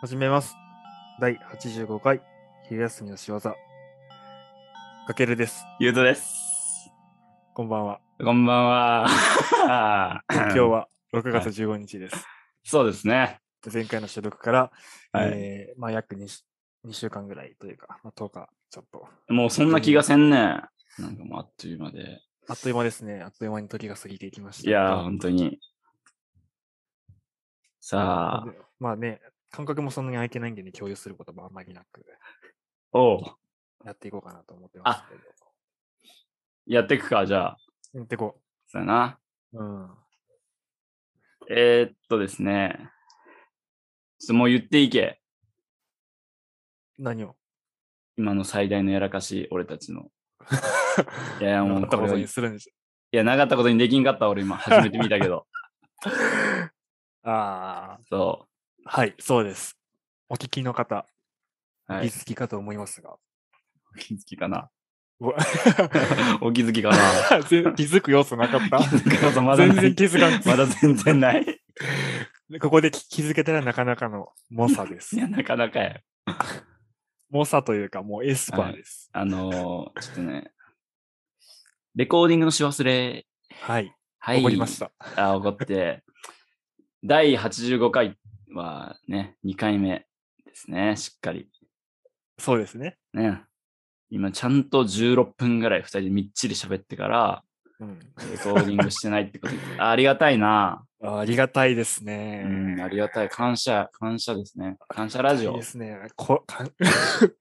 始めます。第85回、昼休みの仕業。かけるです。ゆうとです。こんばんは。こんばん は。今日。は6月15日です。そうですね。前回の収録から、はいえーまあ、約 2, 2週間ぐらいというか、まあ、10日ちょっと。もうそんな気がせんね。なんかもうあっという間で。あっという間ですね。あっという間に時が過ぎていきました。いやー、本当に。さあ、でまあね、感覚もそんなに空いてないんでね、共有することもあんまりなく、おうやっていこうかなと思ってますけど。やっていくか、じゃあ。やっていこそうやな。う。うん。えー、っとですね。ちょっともう言っていけ。何を今の最大のやらかし、俺たちの。 いやいや、も 思うったここれとを。にいするんでしょ。や、なかったことにできんかった、俺今、初めて見たけ ど。ああ、そはい、そうです。お聞きの方、う。は気い。づきかと思いますが。お気づきか な。うわお気づきかな。全 気づく要素なか った 気づく要素まだない全然気づかん。まだ全然ない。 でここで気気づけたらなかなかの猛者でいす。や、なかなかや。猛者というか、もうエスパーです。あのー、ちょっとね、レコーディングのし忘れ、はい、はい。怒りました。た。あ、怒って、第85回はね、2回目ですね、しっかり。そうですね。ね。今、ちゃんと16分ぐらい2人でみっちり喋ってから、うん、レコーディングしてないって ことにあありがたいな。あありがたいですうね。ん、ありがたい。感謝、感謝ですね。感謝ラジいいオで。すね。こか ん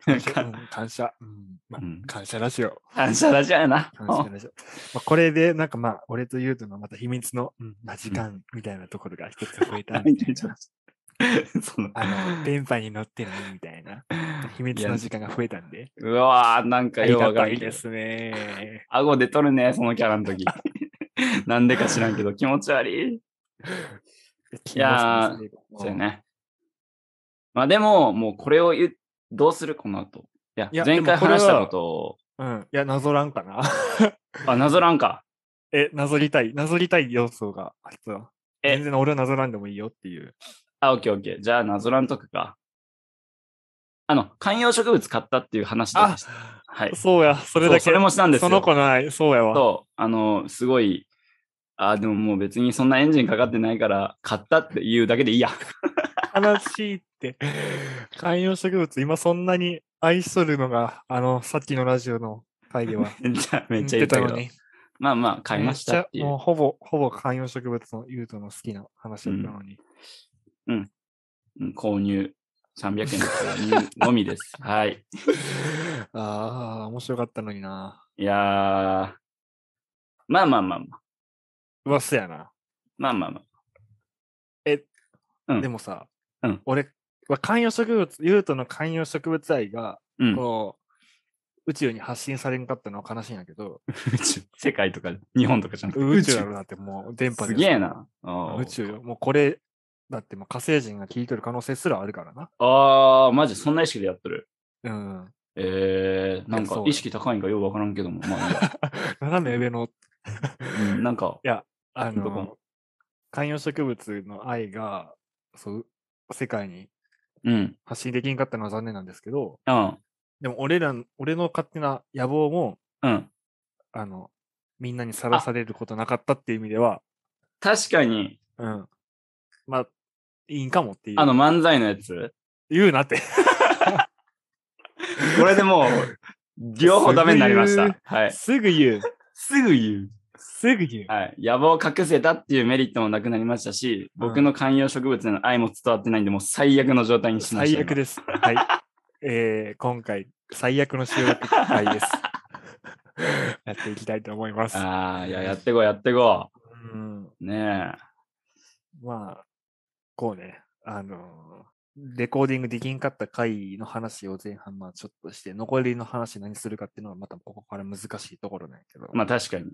感謝。うん感謝。うんまあうん感謝ラジオ。感謝ラジオやな。感謝ラジオ。まあ、これで、なんかまあ、俺とユうとのまた秘密の、うん、まあ時間みたいなところが一つ増えたみたいな。 そのあの、電波に乗ってるみたいな。秘密の時間が増えたんで。うわー、なんあかりようがわかたるいですね。顎で取るね、そのキャラの時。 なんでか知らんけど、気持ち悪い。いやー、そうよね。まあでも、もうこれを言う、どうするこの後。いや、いや前で回もこれは話したことを、うん。いや、なぞらんかな。 あ、なぞらんか。え、なぞりたい、なぞりたい要素があったわ。え全然俺はなぞらんでもいいよっていう。あ、オッケーオッケー。じゃあ、なぞらんとくか。あの、観葉植物買ったっていう話であした。は い。そうや、それだけ。そうそれもしたんですよその子ない、そうやわ。と、あの、すごい、あ、でももう別にそんなエンジンかかってないから、買ったっていうだけでいいや。悲しいって。観葉植物、今そんなに愛しとるのが、あの、さっきのラジオの 会では。めっちゃ、めっちゃ言ったけど。。まあまあ、買いましたっていめっちゃもうう。ほぼ、ほぼ観葉植物のユートの好きな話だったのに。うん購入300円です からのみです。はい。ああ、面白かったのにな。いやー、まあまあまあまあ、うわ、そやな。まあまあまあ。うんでもさ、うん俺は観葉植物、ユートの観葉植物愛が、うん。こう、宇宙に発信されんかったのは悲しいんやけ ど、宇宙、世界とか、日本とかじゃなくて。宇宙だろだってもう電波すで。げえな。あー宇宙よ。もうこれ、だってもう火星人が聞いとる可能性すらあるからな。あー、マジ、そんな意識でやってる。うん。 えー、なんいやそかう意識高いんかようわからんけども、まあいいや、斜め上の、 うんなんか、あどこの、観葉植物の愛が、そう、世界にうん、発信できんかったのは残念なんですけど、うん、でも俺らの、俺の勝手な野望も、うん。あの、みんなにさらされることなかったっていう意味では、確かに、うん。まあ、いいんかもっていう。あの、漫才のやつ、言うな って。これで もう、両方ダメになりましすぐた。はい。すぐ言う。すぐ言う。すぐ言う。はい、野望を隠せたっていうメリットもなくなりましたし、うん僕の観葉植物への愛も伝わってないんで、もう最悪の状態にしました。最悪です。はい。えー、今回、最悪の収録会 です。やっていきたいと思います今。。ああ、いや、やってこう、やってこうん。う。ねまあ、こうね、あのーレコーディングできんかった回の話を前半、まあちょっとして、残りの話何するかっていうのはまたここから難しいところなんやけどえ。。まあ確かに。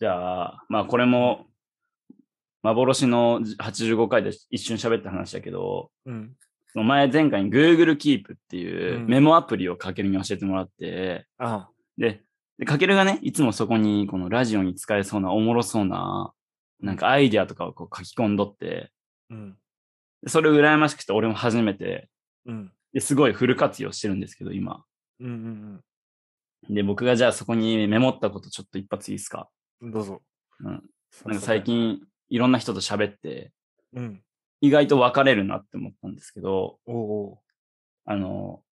じゃあ、まあこれも、幻の85回で一瞬喋った話だけど、うん。その前前回に Google Keep っうていうんメモアプリをかけるに教えてもらって、あで、でかけるがね、いつもそこにこのラジオに使えそうなおもろそうな、なんかアイディアとかをこう書き込んどって、あ。うん。でそれ羨ましくて、俺も初めて、うん。ですごいフル活用してるんですけど、今。うんうんで、僕がじゃあそこにメモったことちょっと一発いいですかうん。どうぞ。うん。さなんすがか最に。近いろんな人と喋って、うん。意外と分かれるなって思ったんですけど、おうおあの、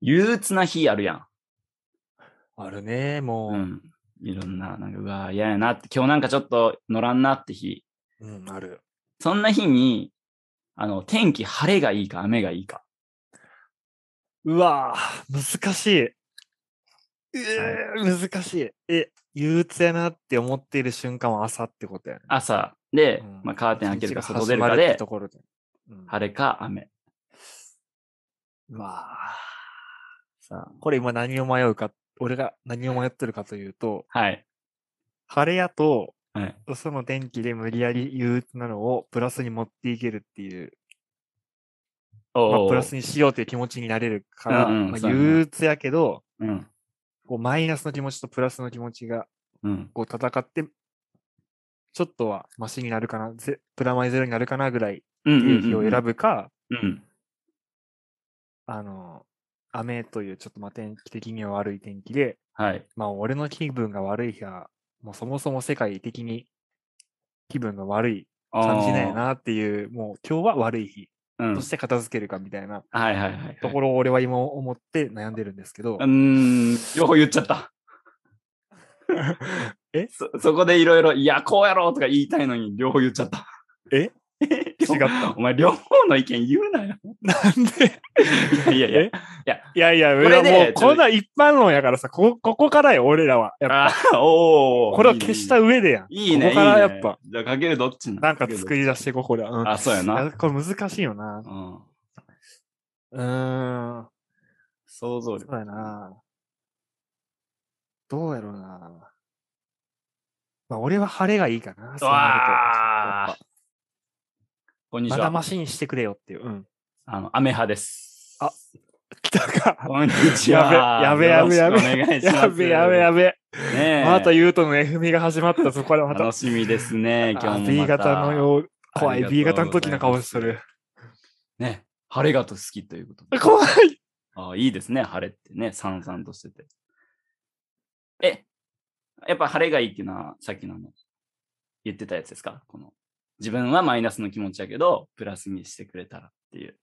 憂鬱な日あるやん。うあるね、もう。う。ん。いろんな、なんか、うわ、嫌やなって、今日なんかちょっと乗らんなって日。うん、ある。そんな日に、あの、天気晴れがいいか雨がいいか。うわぁ、難しい。うー難しい。え、憂鬱やなって思っている瞬間は朝ってことやね。朝で、うんまあ、カーテン開けるか一日が外出るか始まってでと、ころで。うん晴れか雨。うわぁさこれ今何を迷うか、俺が何を迷ってるかというと、あ、はい。晴れやと、はい。嘘の天気で無理やり憂鬱なのをプラスに持っていけるっていう、おうまおうあ、プラスにしようという気持ちになれるから、うんうんまそあ、うやな憂鬱やけど、うん。こうマイナスの気持ちとプラスの気持ちがうん。こう戦って、ちょっとはマシになるかな、ゼプラマイゼロになるかなぐらいうん。っていう日を選ぶか、ぶ。うん。あの、雨というちょっとまあ天気的には悪い天気で、はい。まあ俺の気分が悪い日は、もうそもそも世界的に気分が悪い感じなんやなっていう、もう今日は悪い日、あー。うんどう。して片付けるかみたいなはいはいはい。ところを俺は今思って悩んでるんですけどう、ーん、両方言っちゃった。 えそ、そこでいろいろ、いや、こうやろうとか言いたいのに、両方言っちゃった。え両違ったお前、両方の意見言うなよ。なんでいやいやいえや。いやいや、れでもちょうこんな一般論やからさ、ここここからよ、俺らは。やっぱあーおーこれを消したい上でやん。いね。いいねここからやっぱ、。じゃあ、かけるどっちなんか作り。り出していこう、これは。うんあ、そうやいやな。これ難しいよな。ううん。ーん。想そ像力。うやな。どうやろうな。まあ、俺は晴れがいいかな。そうなわるとちょっとやあっぱ。こんにちまだは。マシにしてくれよっていう。 うん。あの、アメ派です。あ来たか。こんにちは。やべやべやべよろしくお願いします。 やべやべやべ。べ。ねえ。また言うとの F みが始まった。そこからまた。楽しみですね、今日もあまた。 B 型のよう。怖あいりがとう B 型の時の顔しと る。ね、晴れがと好きということで。怖い。ああいいですね、晴れってね、さんさんとしてて。え、やっぱ晴れがいいっていうのは、さっきのあの言ってたやつですかこの自分はマイナスの気持ちやけど、プラスにしてくれたらっていう。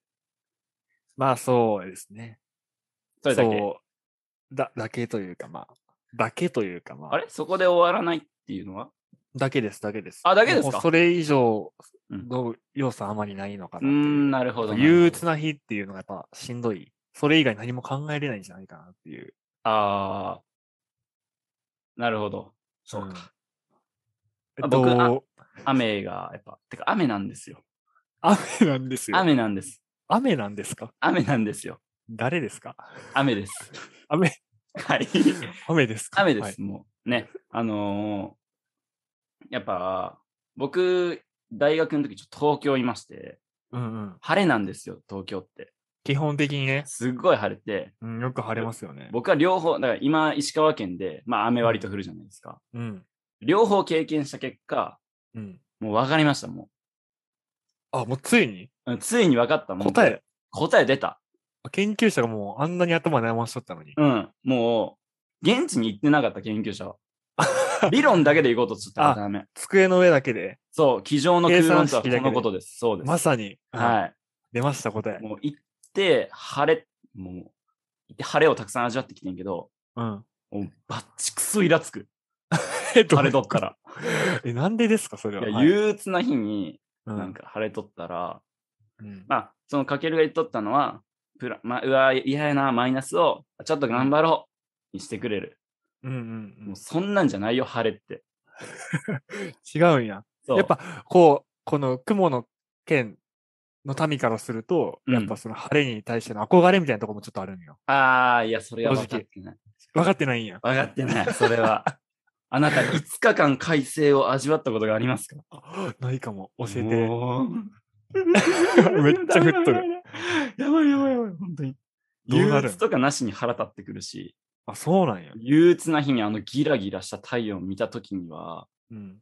まあ、そうですね。それだけ。そうだ、だけというか、まあ。だけというか、まあ。あれそこで終わらないっていうのはだけです、だけです。あだけですかもうそれ以上うんの要素はあまりないのかうーなっていう。ん、なるほど。憂鬱なるな日っていうのがやっぱしんどい。それ以外何も考えれないんじゃないかなっていう。ほど。ああ。なるほど。そうか。うん。えっ僕あと、雨が、やっぱ、てか雨なんですよ。雨なんですよ。雨なんです。雨なんですか雨なんですよ。誰ですか 雨です。雨、はい。雨ですか雨です、はいもう。ね。あのーやっぱ、僕、大学の時、ちょっと東京いまして、うんうん。晴れなんですよ、東京って。基本的にね、すっごい晴れて、うん、よく晴れますよね。僕は両方、だから今、石川県で、まあ、雨割と降るじゃないですか。うん。両方経験した結果、うん。もう分かりました、もあ、もうついにう。うんついに分かった、もう。答え。答え出た。研究者がもうあんなに頭悩ましとった のに。うん。もう、現地に行ってなかった、研究者は。理論だけで行こうとしちゃったからダメ。机の上だけで、そう、机上の空論とは計算式こだけでのことです。そうです。まさに、はい。出ました答え。もう行って、晴れ、もう、行って晴れをたくさん味わってきてんけど、うん。もうバッチクソイラつく。 え、ど晴れとったら。え、なんでですか、それ は。いやはい憂鬱な日に、うなんか晴れとったら、うんまあ、そのかけるが言っとったのは、プラまあ、うわ、嫌やな、マイナスを、ちょっと頑張ろう、にしてくれる。うんうんうんもうそんなんじゃないよ、晴れって。違うんや。そうやっ、ぱ、こう、この雲の剣の民からすると、うんやっぱその晴れに対しての憧れみたいなとこもちょっとあるんよ。ああ、いや、それは分かってない。分かってないんや。分かってない、それは。あなた、5日間快晴を味わったことがありますかあないかも。教えて。もう めっちゃ降っとる。やばいやばいやばい、本当に。どうな憂るん鬱とかなしに腹立ってくるし、あ、そうなんや。憂鬱な日にあのギラギラした太陽を見た時には、うん。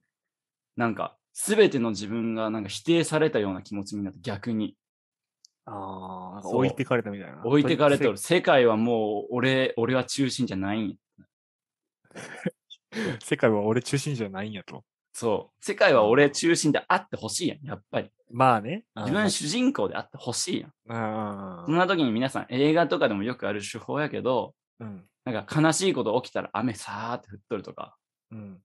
なんか、すべての自分がなんか否定されたような気持ちになって逆に、ああ、なんかそう置いてかれたみたいな。置いてかれてとる。世界はもう俺、俺は中心じゃないんやせ 世界は俺中心じゃないんやと。そう。世界は俺中心であってほしいやん、やっぱり。まあね。自分主人公であってほしいやん。あそんな時に皆さん映画とかでもよくある手法やけど、ーうん。なんか悲しいこと起きたら雨さーって降っとるとか、うん。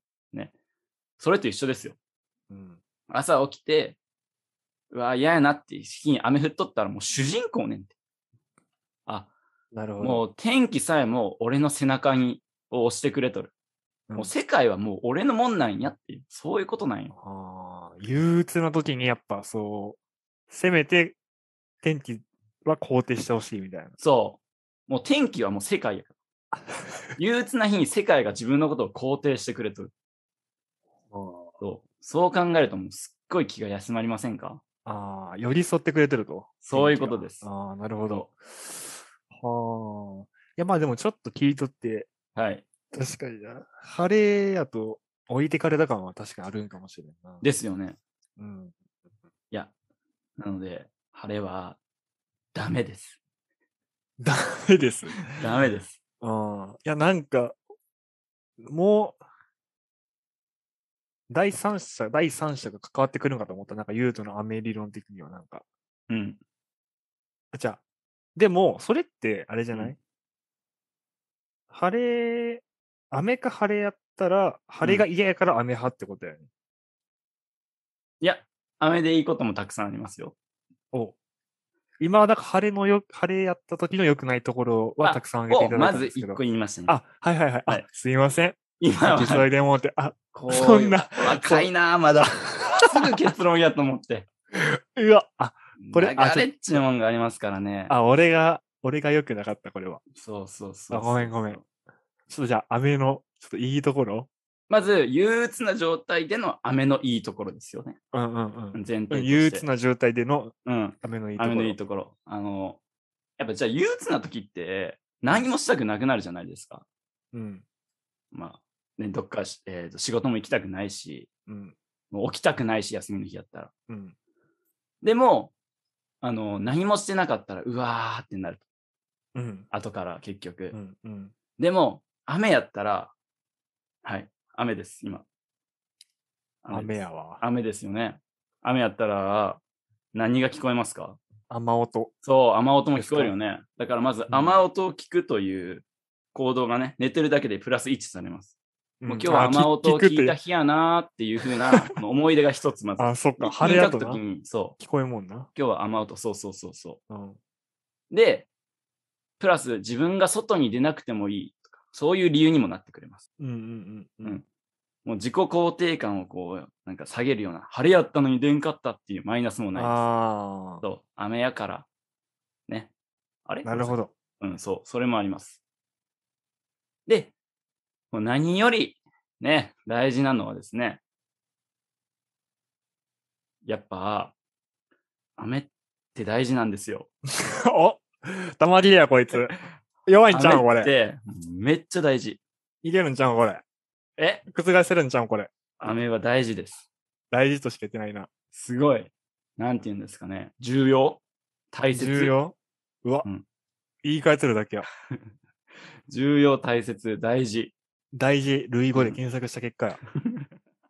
それと一緒ですよ。うん。朝起きて、うわ、嫌やなって日に雨降っとったらもう主人公ねんって。あ、なるほど。もう天気さえも俺の背中にを押してくれとる。うんもう世界はもう俺のもんなんやっていう、そういうことなんよ。あー憂鬱な時にやっぱそう、せめて天気は肯定してほしいみたいな。そう。もう天気はもう世界や から。憂鬱な日に世界が自分のことを肯定してくれとる。そうそう考えるともうすっごい気が休まりませんかああ、寄り添ってくれてると。そういうことです天気がああ、なるほど。はあ。いや、まあでもちょっと切り取って、はい。確かにな。晴れやと置いてかれた感は確かにあるんかもしれんな。ですよね。うん。 いや。なので、晴れはダメです。ダメです。ダメです。ああ、いや、なんか、もう、第三者、第三者が関わってくるのかと思った。なんか、ユートのアメ理論的には、なんか。うん。あじゃあ、でも、それって、あれじゃない、う晴れ、雨か晴れやったら、晴れが嫌やから雨派ってことやね。いや、雨でいいこともたくさんありますよ。おう今は、なんか、晴れのよ、晴れやった時の良くないところはあたくさん挙げをていただいまたんずです一けど。個言いましたね。あ、はいはいはい。あはいすいま せん。今さっき急は、いでもうて。あ、こうそんな若いな、まだ。すぐ結論やと思って。うわ、あ、 ここれれ、あ流ちょれっちゅうもんがありますからね。あ、俺が、俺が良くなかった、これは。そうそうそうあごめんごめん。ちょっとじゃあ、雨の、ちょっといいところまず、憂鬱な状態での雨のいいところですよね。うんうんうん。前提として。憂鬱な状態でのうん、雨のいいところ。雨のいいところ。あの、やっぱじゃあ憂鬱な時って何もしたくなくなるじゃないですか。うん。まあ、ね、どっかし、えーと仕事も行きたくないし、うん。もう起きたくないし、休みの日やったら。うん。でも、あの、何もしてなかったら、うわーってなる。うん。後から結局。うん。うん。でも、雨やったら、はい、雨です、今。です雨やわ。雨ですよね。雨やったら、何が聞こえますか雨音。そう、雨音も聞こえるよね。だからまず雨音を聞くという行動がね、寝てるだけでプラス1されます。もう今日は雨音を聞いた日。日やなーっていう風なこの思い出が一つま ず。あ、そっか。晴れ家にや書とくなとき。に、そう、聞こえんもんな。今日は雨音、そうそうそうそうん。う。で、プラス自分が外に出なくてもいいとか、そういう理由にもなってくれます。うんうんうん。うんもう自己肯定感をこう、なんか下げるような、晴れやったのに出んかったっていうマイナスもないです。ああ。そう、雨やから。ね。あれなるほど。うん、そう、それもあります。で、もう何より、ね、大事なのはですね、やっぱ、雨って大事なんですよ。 おたまりや、こいつ。弱いんちゃうん、こ雨っれ。て、めっちゃ大事。いけるんちゃうん、これ。え覆せるんちゃうん、これ。雨は大事です。大事としか言ってないな。すごい。なんて言うんですかね。重要大切。重要うわ、うん言い換えてるだけよ。重要大切、大事。大事、類語でうん検索した結果 や。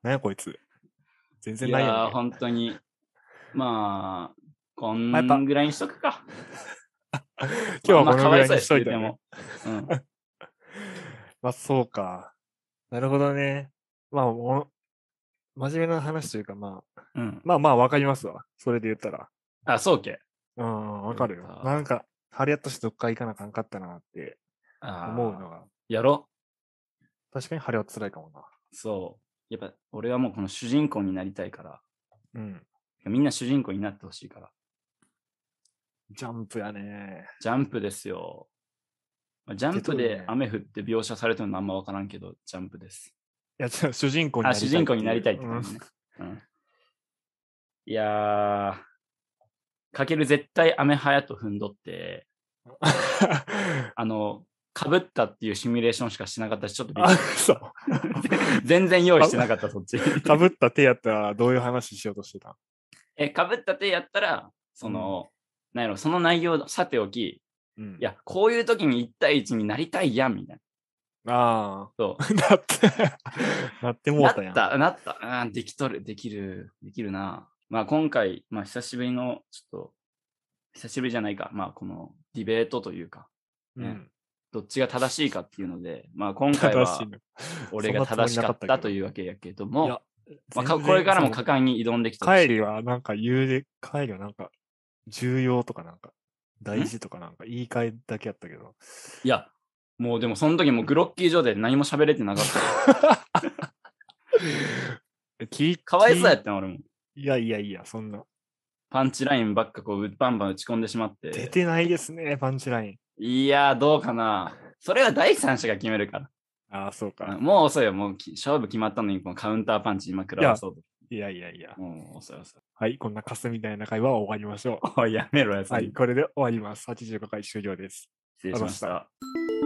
なんやこいつ。全然いないややんー、け、本当に。まあ、こまあやっぱんぐらいにしとくか。 今日はこまあのぐらいにしといてかわも。そうやし言うてもまあ、そうか。なるほどね。まあ、もう真面目な話というか、まあ、うん。うん。まあまあ、わかりますわ。それで言ったら。あ、そうけ。うん、わかるそよう。かなんか、春やったし、どっか行かなあかんかったなってあー思うのが、やろ確かに春は辛いかもな。そう。やっぱ、俺はもうこの主人公になりたいから、うん。みんな主人公になってほしいから。ジャンプやね。ジャンプですよ。まあジャンプ出てるでね雨降って描写されてるのあんまわからんけど、ジャンプです。いや、違う主人公になあ、りたい主人公になりたいっってていううん感じね。うん。いやー、かける絶対雨はやと踏んどって、あの、かぶったっていうシミュレーションしかしなかったし、ちょっとびっくあ、りそう。全然用意してなかった、そっ ち。かぶった手やったらどういう話しようとしてたえ、かぶった手やったら、その、なんやろ、その内容、さておき、うんい、や、こういう時に1対1になりたいやん、みたいな。あそあ。 なって、なってもなうったやん。た、なった。あーできとる、できる、できるな。まあ今回、まあ久しぶりの、ちょっと、久しぶりじゃないか。まあこのディベートというか、ねうんどっちが正しいかっていうので、まあ今回正はしいの。俺が正しかったというわけやけども、いやまあ、か全然これからもそ果の敢に挑んできてほしい帰りはなんか言うで、帰りはなんか重要とかなんか大事とかなんか言い換えだけやったけ ど。いや、もうでもその時もうグロッキー状態で何も喋れてなかった。きかわいそうやきったよ、俺も。いやいやいや、そんな。パンチラインばっかこう、バンバン打ち込んでしまっ出て。てないですね、パンチライン。いやー、どうかな。それは第三者が決めるから。ああ、そうか。もう遅いよ、もうき勝負決まったのに、このカウンターパンチ今食らわそういやいやいやと。。もう遅い遅い。はい、こんなカスみたいな会話は終わりましょ おいやめろや、う。はい、これで終わります。85回終了です。失礼しましありた。